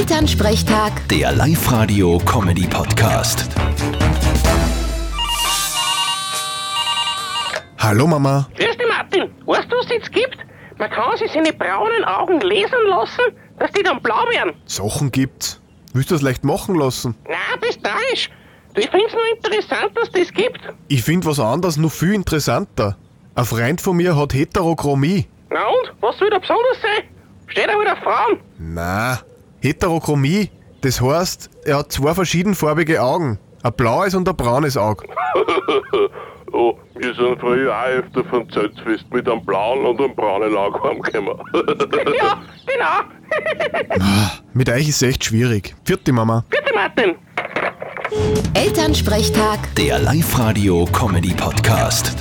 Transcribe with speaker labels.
Speaker 1: Elternsprechtag,
Speaker 2: Der Live-Radio-Comedy-Podcast.
Speaker 3: Hallo Mama.
Speaker 4: Grüß dich, Martin. Weißt du, was es jetzt gibt? Man kann sich seine braunen Augen lesen lassen, dass die dann blau werden.
Speaker 3: Sachen gibt's. Willst du das leicht machen lassen?
Speaker 4: Na, bist narrisch. Du, ich find's nur interessant, dass das gibt.
Speaker 3: Ich find was anderes noch viel interessanter. Ein Freund von mir hat Heterochromie.
Speaker 4: Na und? Was soll da besonders sein? Steht da wieder Frauen.
Speaker 3: Na, Heterochromie, das heißt, er hat zwei verschiedenfarbige Augen. Ein blaues und ein braunes Auge.
Speaker 5: Oh, wir sind früher auch öfter vom Zeltfest mit einem blauen und einem braunen Auge heimgekommen.
Speaker 4: ja, genau.
Speaker 3: Mit euch ist echt schwierig. Vierte Mama.
Speaker 4: Bitte, Martin.
Speaker 1: Elternsprechtag.
Speaker 2: Der Live-Radio-Comedy-Podcast.